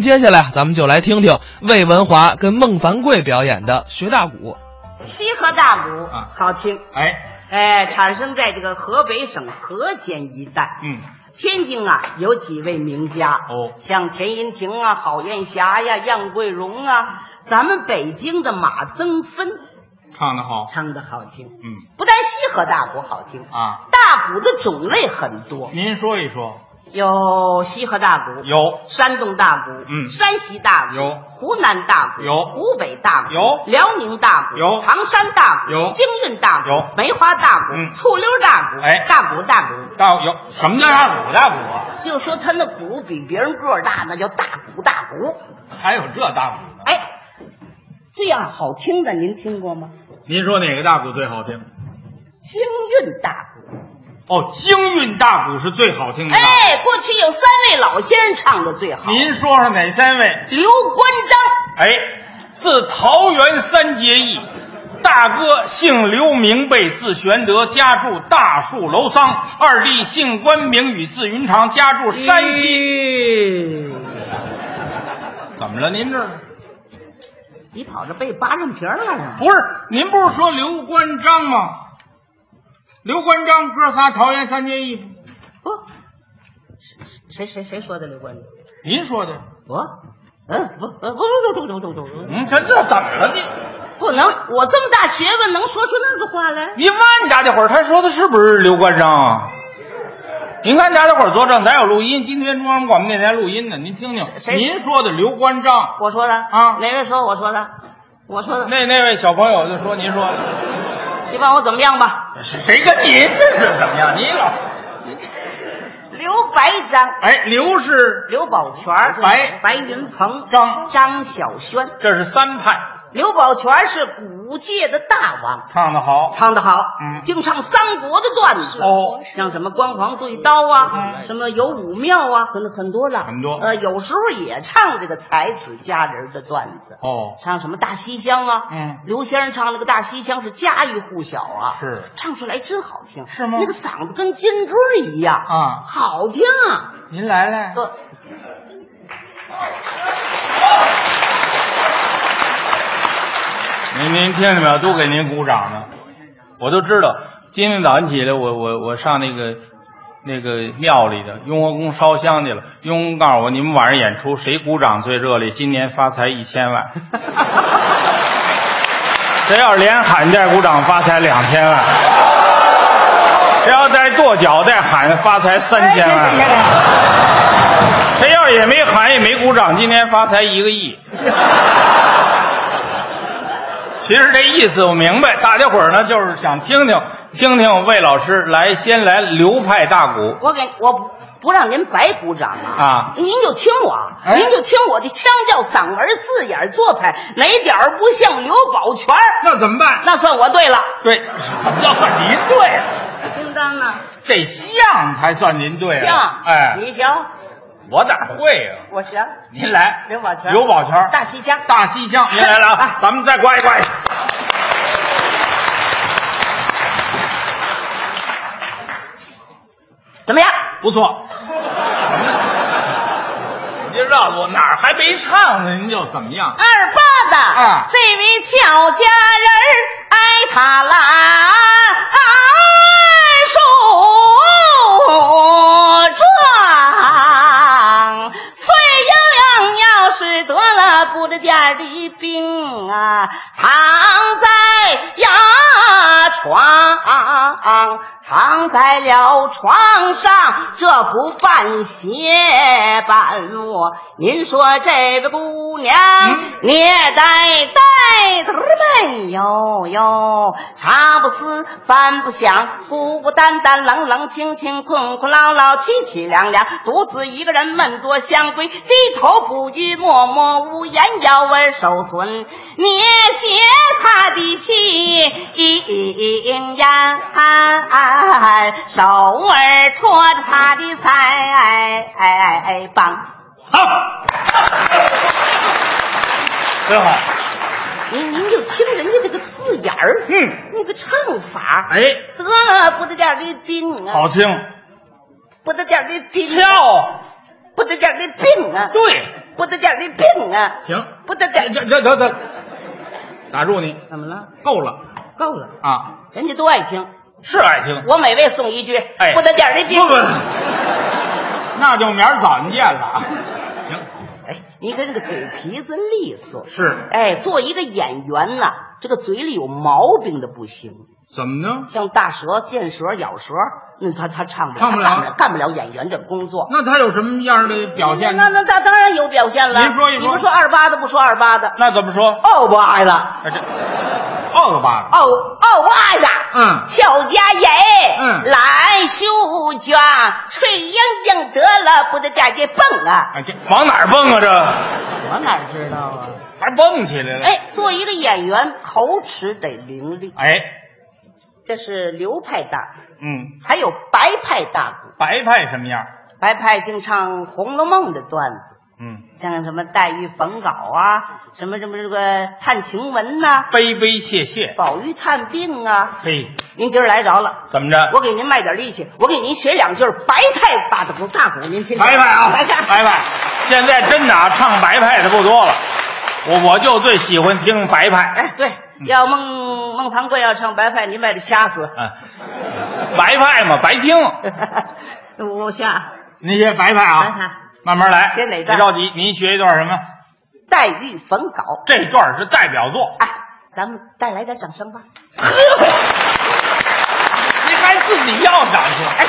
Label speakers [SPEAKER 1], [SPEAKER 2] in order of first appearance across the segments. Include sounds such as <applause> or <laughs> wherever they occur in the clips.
[SPEAKER 1] 接下来，咱们就来听听魏文华跟孟凡贵表演的《学大鼓》。
[SPEAKER 2] 西河大鼓
[SPEAKER 3] 啊
[SPEAKER 2] 好听，
[SPEAKER 3] 哎，
[SPEAKER 2] 哎，产生在这个河北省河间一带。
[SPEAKER 3] 嗯，
[SPEAKER 2] 天津啊，有几位名家
[SPEAKER 3] 哦
[SPEAKER 2] 像田银亭啊、郝艳霞呀、样桂荣啊，咱们北京的马增芬
[SPEAKER 3] 唱得好，
[SPEAKER 2] 唱的好听。
[SPEAKER 3] 嗯
[SPEAKER 2] 不但西河大鼓好听，
[SPEAKER 3] 啊，
[SPEAKER 2] 大鼓的种类很多，
[SPEAKER 3] 您说一说，
[SPEAKER 2] 有西河大鼓，
[SPEAKER 3] 有
[SPEAKER 2] 山东大鼓，
[SPEAKER 3] 嗯
[SPEAKER 2] 山西大鼓
[SPEAKER 3] 有
[SPEAKER 2] 湖南大鼓
[SPEAKER 3] 有
[SPEAKER 2] 湖北大鼓
[SPEAKER 3] 有
[SPEAKER 2] 辽宁大鼓
[SPEAKER 3] 有
[SPEAKER 2] 唐山大鼓
[SPEAKER 3] 有
[SPEAKER 2] 京韵大鼓
[SPEAKER 3] 有
[SPEAKER 2] 梅花大鼓
[SPEAKER 3] 嗯
[SPEAKER 2] 醋溜大鼓
[SPEAKER 3] 哎
[SPEAKER 2] 大鼓大鼓，
[SPEAKER 3] 大有什么叫大鼓大鼓啊？
[SPEAKER 2] 就说他那鼓比别人个儿大，那叫大鼓大鼓。
[SPEAKER 3] 还有这大鼓呢？
[SPEAKER 2] 哎，这样好听的您听过吗？
[SPEAKER 3] 您说哪个大鼓最好听？
[SPEAKER 2] 京韵大鼓，
[SPEAKER 3] 哦，京韵大鼓是最好听的。，
[SPEAKER 2] 哎，过去有三位老先生唱的最好，
[SPEAKER 3] 您说说哪三位？
[SPEAKER 2] 刘关张，
[SPEAKER 3] 哎，自桃园三结义。大哥姓刘，名备，字玄德，家住大树楼桑；二弟姓关，名羽，字云长，家住山西。
[SPEAKER 2] 西。
[SPEAKER 3] 怎么了？您这儿
[SPEAKER 2] 你跑这背八阵瓶儿来了？
[SPEAKER 3] 不是，您不是说刘关张吗？刘关张哥仨桃园三结义，
[SPEAKER 2] 不，谁谁谁谁说的刘关张？
[SPEAKER 3] 您说的？
[SPEAKER 2] 我，嗯，不不不不不不不不
[SPEAKER 3] 嗯，这这怎么了？你
[SPEAKER 2] 不能！我这么大学问，能说出那个话来？
[SPEAKER 3] 你问大家伙儿，他说的是不是刘关张啊？您看大家伙儿作证，咱有录音，今天中央广播电台录音呢，您听听。
[SPEAKER 2] 谁
[SPEAKER 3] 您说的刘关张，
[SPEAKER 2] 我说的
[SPEAKER 3] 啊
[SPEAKER 2] 哪位说我说的？我说的，
[SPEAKER 3] 那那位小朋友就说您说的，
[SPEAKER 2] 你把我怎么样吧？
[SPEAKER 3] 谁谁跟您这是怎么样？您老
[SPEAKER 2] 刘白章、
[SPEAKER 3] 哎，刘是
[SPEAKER 2] 刘宝全、
[SPEAKER 3] 白
[SPEAKER 2] 白云鹏、
[SPEAKER 3] 张
[SPEAKER 2] 张小轩。
[SPEAKER 3] 这是三派，
[SPEAKER 2] 刘宝全是古界的大王，
[SPEAKER 3] 唱的好。
[SPEAKER 2] 唱得好，
[SPEAKER 3] 嗯
[SPEAKER 2] 净唱三国的段子。
[SPEAKER 3] 哦，
[SPEAKER 2] 像什么光皇对刀啊，
[SPEAKER 3] 嗯
[SPEAKER 2] 什么有武庙啊，很很多了，
[SPEAKER 3] 很多
[SPEAKER 2] 呃，有时候也唱这个才子佳人的段子，
[SPEAKER 3] 哦，
[SPEAKER 2] 唱什么大西厢啊，
[SPEAKER 3] 嗯
[SPEAKER 2] 刘先生唱那个大西厢是家喻户晓啊，
[SPEAKER 3] 是
[SPEAKER 2] 唱出来真好听，
[SPEAKER 3] 是吗
[SPEAKER 2] 那个嗓子跟金针儿一样
[SPEAKER 3] 啊
[SPEAKER 2] 好听啊。
[SPEAKER 3] 您来来。
[SPEAKER 2] 呃
[SPEAKER 3] 您您听见没有？都给您鼓掌呢。我都知道，今天早晨起来，我我我上那个那个庙里的雍和宫烧香去了。雍和宫告诉我，你们晚上演出谁鼓掌最热烈，今年发财一千万。 <laughs> 谁要连喊带鼓掌，发财两千万。谁要带跺脚带喊，发财三千
[SPEAKER 2] 哎
[SPEAKER 3] 万。谁要也没喊也没鼓掌，今天发财一个亿。其实这意思我明白，大家伙儿呢就是想听听听听魏老师来先来流派大鼓
[SPEAKER 2] 我给我不不让您白鼓掌啊！
[SPEAKER 3] 啊，
[SPEAKER 2] 您就听我啊，
[SPEAKER 3] 哎
[SPEAKER 2] 您就听我的腔调、嗓门、字眼、做派，哪点儿不像刘宝全儿，
[SPEAKER 3] 那怎么办？
[SPEAKER 2] 那算我对了。
[SPEAKER 3] 对，什么叫算您对？
[SPEAKER 2] 叮当啊，
[SPEAKER 3] 得像才算您对啊
[SPEAKER 2] 像
[SPEAKER 3] 哎，
[SPEAKER 2] 你行，
[SPEAKER 3] 我哪会啊？
[SPEAKER 2] 我行，
[SPEAKER 3] 您来，
[SPEAKER 2] 刘宝全，
[SPEAKER 3] 刘宝全，
[SPEAKER 2] 大西厢，
[SPEAKER 3] 大西厢，您来了啊
[SPEAKER 2] 哎！
[SPEAKER 3] 咱们再刮一刮。
[SPEAKER 2] 怎么样？
[SPEAKER 3] 不 <laughs> 错。您绕我哪儿还没唱呢？您就怎么样？
[SPEAKER 2] 二八的，
[SPEAKER 3] 啊
[SPEAKER 2] 这位俏佳人儿，爱他兰树状，翠悠悠要是得了不着点儿的病啊，躺在呀床，躺在了床上，这不半邪半卧。您说这位姑娘，你也呆呆的没有哟，茶不思，饭不想，孤孤单单，冷冷清清，困困老老，凄凄凉凉，独自一个人闷坐香闺，低头不语，默默无言，遥闻手损，你写他的信呀，手儿托着他的财棒。
[SPEAKER 3] 好， <laughs> 真好。
[SPEAKER 2] 您您就听人家这个字眼儿，
[SPEAKER 3] 嗯，
[SPEAKER 2] 那个唱法，
[SPEAKER 3] 哎，
[SPEAKER 2] 得了不得点儿的病啊，
[SPEAKER 3] 好听，
[SPEAKER 2] 不得点儿的病，
[SPEAKER 3] 俏，
[SPEAKER 2] 不得点儿的病啊，
[SPEAKER 3] 对，
[SPEAKER 2] 不得点儿的病啊，
[SPEAKER 3] 行，
[SPEAKER 2] 不得点
[SPEAKER 3] 这
[SPEAKER 2] 儿
[SPEAKER 3] 这这这这，打住你，
[SPEAKER 2] 怎么了？
[SPEAKER 3] 够了
[SPEAKER 2] 够了，
[SPEAKER 3] 啊！
[SPEAKER 2] 人家都爱听。
[SPEAKER 3] 是爱听，
[SPEAKER 2] 我每位送一句，
[SPEAKER 3] 哎
[SPEAKER 2] 不得点儿的病。
[SPEAKER 3] 不不，那就明儿早晨见了啊！ <laughs> 行，
[SPEAKER 2] 哎，你看这个嘴皮子利索，
[SPEAKER 3] 是
[SPEAKER 2] 哎，做一个演员呐、这个嘴里有毛病的不行，
[SPEAKER 3] 怎么呢？
[SPEAKER 2] 像大蛇、见蛇、咬蛇，那他他唱不了，
[SPEAKER 3] 唱不了
[SPEAKER 2] 他干不了，干不了演员这工作。
[SPEAKER 3] 那他有什么样的表现
[SPEAKER 2] 那？
[SPEAKER 3] 呢
[SPEAKER 2] 那那当然有表现了。
[SPEAKER 3] 您说一
[SPEAKER 2] 你
[SPEAKER 3] 说
[SPEAKER 2] 不说二八的，不说二八的，
[SPEAKER 3] 那怎么说？
[SPEAKER 2] 哦不爱的，
[SPEAKER 3] 那这奥个巴掌，
[SPEAKER 2] 哦哦不爱的。
[SPEAKER 3] 嗯
[SPEAKER 2] 小家爷，
[SPEAKER 3] 嗯
[SPEAKER 2] 来绣家，翠英英得了，不得点的蹦啊！
[SPEAKER 3] 哎，这往哪儿蹦啊？这
[SPEAKER 2] 我哪知道啊？
[SPEAKER 3] 还蹦起来了？
[SPEAKER 2] 哎，做一个演员，口齿得伶俐，
[SPEAKER 3] 哎，
[SPEAKER 2] 这是流派大鼓，
[SPEAKER 3] 嗯，
[SPEAKER 2] 还有白派大鼓。
[SPEAKER 3] 白派什么样？
[SPEAKER 2] 白派净唱《红楼梦》的段子，
[SPEAKER 3] 嗯，
[SPEAKER 2] 像什么黛玉逢稿啊，什么什么这个探晴雯呐、
[SPEAKER 3] 悲悲切切。
[SPEAKER 2] 宝玉探病啊。
[SPEAKER 3] 嘿，
[SPEAKER 2] 您今儿来着了，
[SPEAKER 3] 怎么着？
[SPEAKER 2] <laughs> 我给您卖点力气，我给您学两句白派大鼓，大鼓您听听。
[SPEAKER 3] 白派啊，
[SPEAKER 2] 白派，
[SPEAKER 3] 白派。现在真的啊，唱白派的不多了，我我就最喜欢听白派。
[SPEAKER 2] 哎，对，要孟孟凡贵要唱白派，您把他掐死。 <laughs>
[SPEAKER 3] 嗯，白派嘛，白听。
[SPEAKER 2] 我
[SPEAKER 3] 啊
[SPEAKER 2] 下
[SPEAKER 3] 您学白派
[SPEAKER 2] 哎白
[SPEAKER 3] 啊
[SPEAKER 2] 派，
[SPEAKER 3] 慢慢来。
[SPEAKER 2] 学哪段
[SPEAKER 3] 别着急，您学一段什么？
[SPEAKER 2] 黛玉逢稿，
[SPEAKER 3] 这段是代表作。
[SPEAKER 2] 哎，咱们再来点掌声吧。
[SPEAKER 3] 您还自己要掌声
[SPEAKER 2] 哎，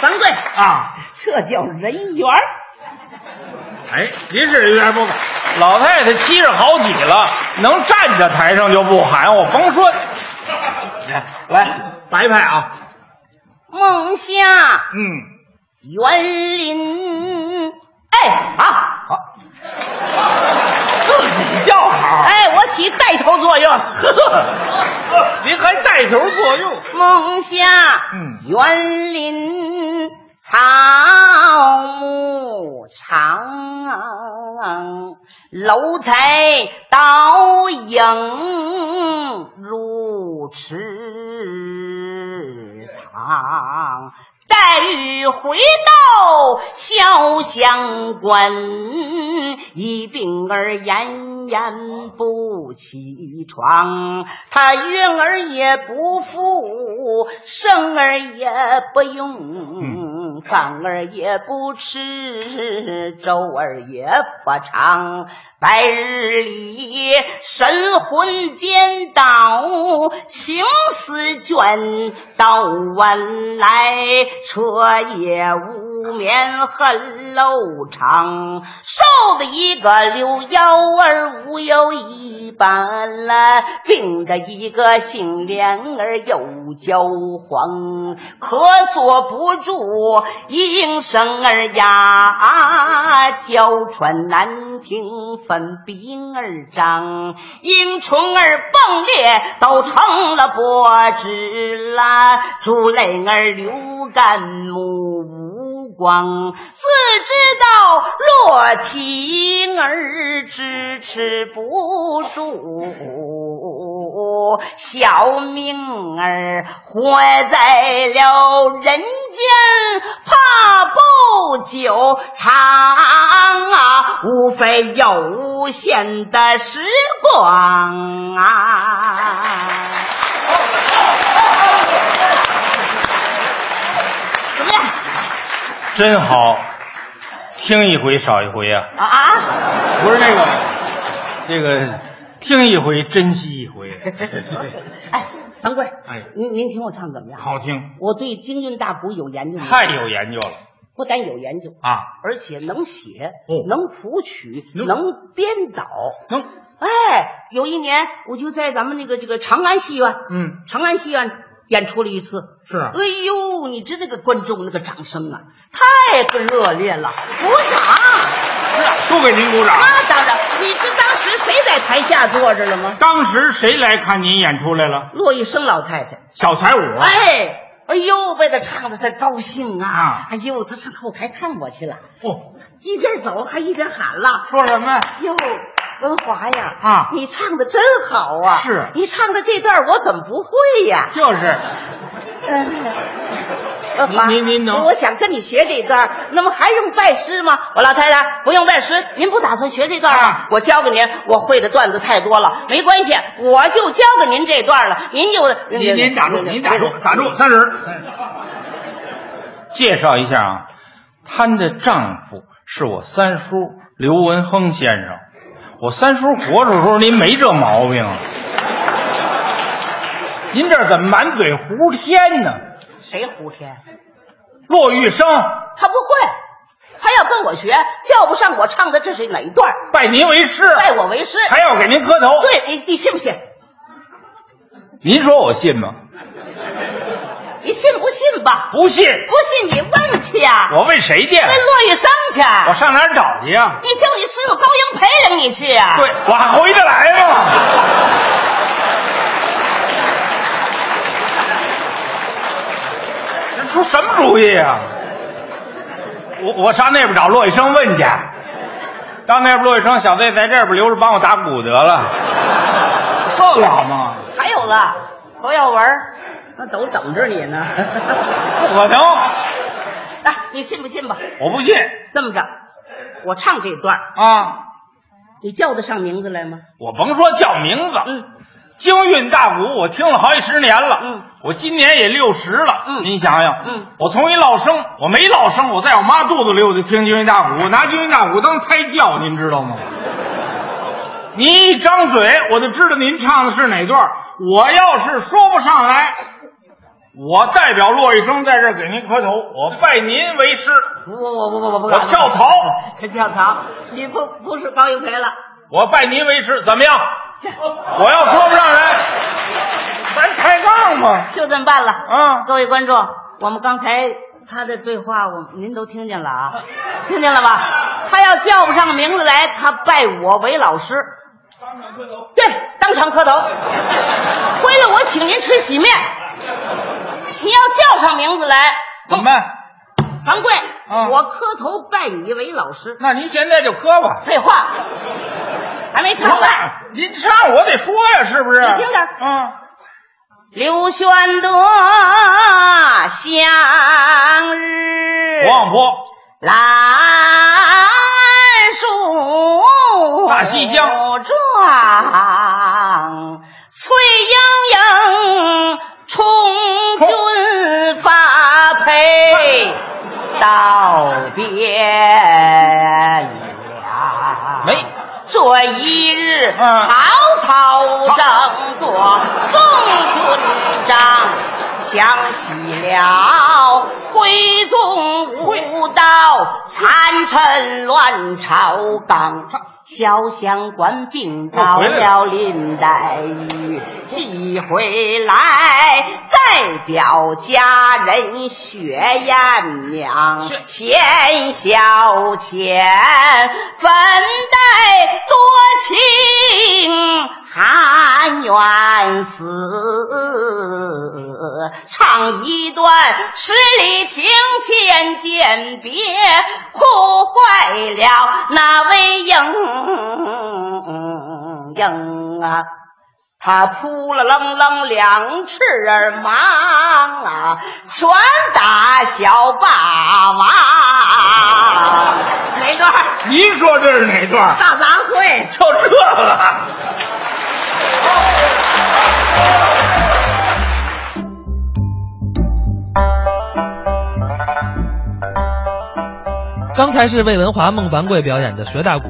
[SPEAKER 2] 凡贵，
[SPEAKER 3] 啊？
[SPEAKER 2] 这叫人缘儿
[SPEAKER 3] 哎，您是有点不敢。老太太七十好几了，能站在台上就不喊我，甭说。来，白派啊，
[SPEAKER 2] 梦下
[SPEAKER 3] 嗯，
[SPEAKER 2] 园林，哎，好，
[SPEAKER 3] 好，自己叫好。
[SPEAKER 2] 哎，我起带头作用。 <laughs>
[SPEAKER 3] 您还带头作用。
[SPEAKER 2] 梦下
[SPEAKER 3] 嗯
[SPEAKER 2] 园林草木长，楼台倒影入池塘。黛玉回到潇湘关，一病儿奄奄不起床。她孕儿也不服，生儿也不用，饭儿也不吃，粥儿也不尝。白日里神魂颠倒，行思倦，到晚来彻夜无眠，恨lâu长。瘦的一个六幺儿无有一般了，病的一个杏脸儿又焦黄，咳嗽不住，应声儿哑，娇喘难听，粉鼻儿张，因虫儿迸裂都成了薄纸啦，竹泪儿流干目无光，自知道落体儿支持不住，小命儿活在了人间，怕不久长啊，无非有无限的时光啊。怎么样？
[SPEAKER 3] 真好，听一回少一回呀、
[SPEAKER 2] 啊啊！
[SPEAKER 3] <laughs> 不是这个，这个听一回珍惜一回， <laughs>
[SPEAKER 2] 哎，掌柜，
[SPEAKER 3] 哎
[SPEAKER 2] 您您听我唱怎么样？
[SPEAKER 3] 好听，
[SPEAKER 2] 我对京韵大鼓有研究，
[SPEAKER 3] 太有研究了
[SPEAKER 2] 不但有研究，
[SPEAKER 3] 啊！
[SPEAKER 2] 而且能写，
[SPEAKER 3] 哦
[SPEAKER 2] 能谱曲，
[SPEAKER 3] 能
[SPEAKER 2] 能编导。
[SPEAKER 3] 能，
[SPEAKER 2] 哎，有一年我就在咱们那个这个长安戏院，
[SPEAKER 3] 嗯，
[SPEAKER 2] 长安戏院演出了一次。
[SPEAKER 3] 是啊
[SPEAKER 2] 哎呦，你知那个观众那个掌声啊，太热烈了，鼓掌！
[SPEAKER 3] 不给您鼓掌。
[SPEAKER 2] 那当然，你知当时谁在台下坐着了吗？
[SPEAKER 3] 当时谁来看您演出来了？
[SPEAKER 2] 骆玉笙老太太。
[SPEAKER 3] 小彩舞啊，
[SPEAKER 2] 哎，哎呦，被他唱的他高兴啊！
[SPEAKER 3] 啊
[SPEAKER 2] 哎呦，他上后台看我去了，
[SPEAKER 3] 哦，
[SPEAKER 2] 一边走还一边喊了
[SPEAKER 3] 说什么？：“
[SPEAKER 2] 哟，文华呀，
[SPEAKER 3] 啊
[SPEAKER 2] 你唱的真好啊！
[SPEAKER 3] 是 <laughs>
[SPEAKER 2] 你唱的这段我怎么不会呀？”
[SPEAKER 3] 就是，
[SPEAKER 2] 嗯，呃
[SPEAKER 3] 您
[SPEAKER 2] 妈
[SPEAKER 3] 您您能
[SPEAKER 2] 我想跟你学这一段儿，那么还用拜师吗？我老太太不用拜师，您不打算学这段儿吗？
[SPEAKER 3] 啊
[SPEAKER 2] 我教给您，我会的段子太多了，没关系，我就教给您这段儿了，您就呃
[SPEAKER 4] 您您打住，您打住，打住，三人，三人
[SPEAKER 3] 介绍一下啊，她的丈夫是我三叔刘文亨先生。我三叔活着的时候，您没这毛病啊。您这怎么满嘴胡天呢？
[SPEAKER 2] 谁胡天？啊
[SPEAKER 3] 骆玉生
[SPEAKER 2] 他不会，他要跟我学，叫不上我唱的这是哪一段儿，
[SPEAKER 3] 拜您为师，
[SPEAKER 2] 拜哎我为师。
[SPEAKER 3] 还要给您磕头。
[SPEAKER 2] 对你，你信不信？
[SPEAKER 3] 您说我信吗？
[SPEAKER 2] 你信不信吧？
[SPEAKER 3] 不信，
[SPEAKER 2] 不信你问去啊，
[SPEAKER 3] 我问谁去？
[SPEAKER 2] 问骆玉生去啊。
[SPEAKER 3] 我上哪儿找去呀、
[SPEAKER 2] 你叫你师傅高英培领你去啊？
[SPEAKER 3] 对，，我还回得来吗？这出什么主意啊？我我上那边找骆医生问去，到那边骆医生小子在这边留着帮我打鼓得 <laughs> 了，受得了吗？
[SPEAKER 2] 还有了，侯耀文儿，那都等着 <laughs> 你呢。
[SPEAKER 3] 不可能，
[SPEAKER 2] 来，你信不信吧？
[SPEAKER 3] 我不信
[SPEAKER 2] 这么着，我唱这段儿，
[SPEAKER 3] 啊！
[SPEAKER 2] 你叫得上名字来吗？
[SPEAKER 3] 我甭说叫名字，
[SPEAKER 2] 嗯，
[SPEAKER 3] 京韵大鼓我听了好几十年了，
[SPEAKER 2] 嗯，
[SPEAKER 3] 我今年也六十了，
[SPEAKER 2] 嗯
[SPEAKER 3] 您想想，
[SPEAKER 2] 嗯，
[SPEAKER 3] 我从一落生，我没落生，我在我妈肚子里我就听京韵大鼓，我拿京韵大鼓当胎教，您知道吗？您一张嘴，我就知道您唱的是哪段儿。我要是说不上来，我代表骆医生在这儿给您磕头，我拜您为师，
[SPEAKER 2] 不不不不不不
[SPEAKER 3] 我跳槽，
[SPEAKER 2] <laughs> 跳槽，你不不是高英培了。
[SPEAKER 3] 我拜您为师，怎么样？
[SPEAKER 2] 这
[SPEAKER 3] 我要说不上来，咱抬杠吧。
[SPEAKER 2] 就这么办 <laughs> 了。
[SPEAKER 3] 啊
[SPEAKER 2] 哦各位观众，我们刚才他的对话，我您都听见了啊，听见了吧？他要叫不上名字来，他拜我为老师，对，当场磕头。回来我请您吃喜面。你要叫上名字来，
[SPEAKER 3] 怎么办？
[SPEAKER 2] 樊贵，
[SPEAKER 3] 啊
[SPEAKER 2] 我磕头拜你为老师。
[SPEAKER 3] 那您现在就磕吧。
[SPEAKER 2] 废话，还没唱完。
[SPEAKER 3] 您唱我得说呀，是不是？
[SPEAKER 2] 你听着
[SPEAKER 3] 嗯，
[SPEAKER 2] 刘玄德向日
[SPEAKER 3] 王旺坡
[SPEAKER 2] 兰树
[SPEAKER 3] 大西厢
[SPEAKER 2] 壮，翠莺莺冲君发配到汴梁。
[SPEAKER 3] 没
[SPEAKER 2] 这一日，
[SPEAKER 3] 嗯
[SPEAKER 2] 曹操正坐众军帐，想起了徽宗无道，残臣乱朝纲。潇湘馆病倒
[SPEAKER 3] 又回来
[SPEAKER 2] 了
[SPEAKER 3] 了
[SPEAKER 2] 林黛玉，寄回来再表佳人雪艳娘。
[SPEAKER 3] 是
[SPEAKER 2] 闲消遣，粉黛多情，含冤死。唱一段十里庭前见别，哭坏了那位英英啊。他扑了楞楞两翅儿忙啊，拳打小霸王。哪段儿？
[SPEAKER 3] 您说这是哪段？
[SPEAKER 2] 大杂烩。
[SPEAKER 3] 就这个。
[SPEAKER 1] 刚才是魏文华、孟凡贵表演的学大鼓。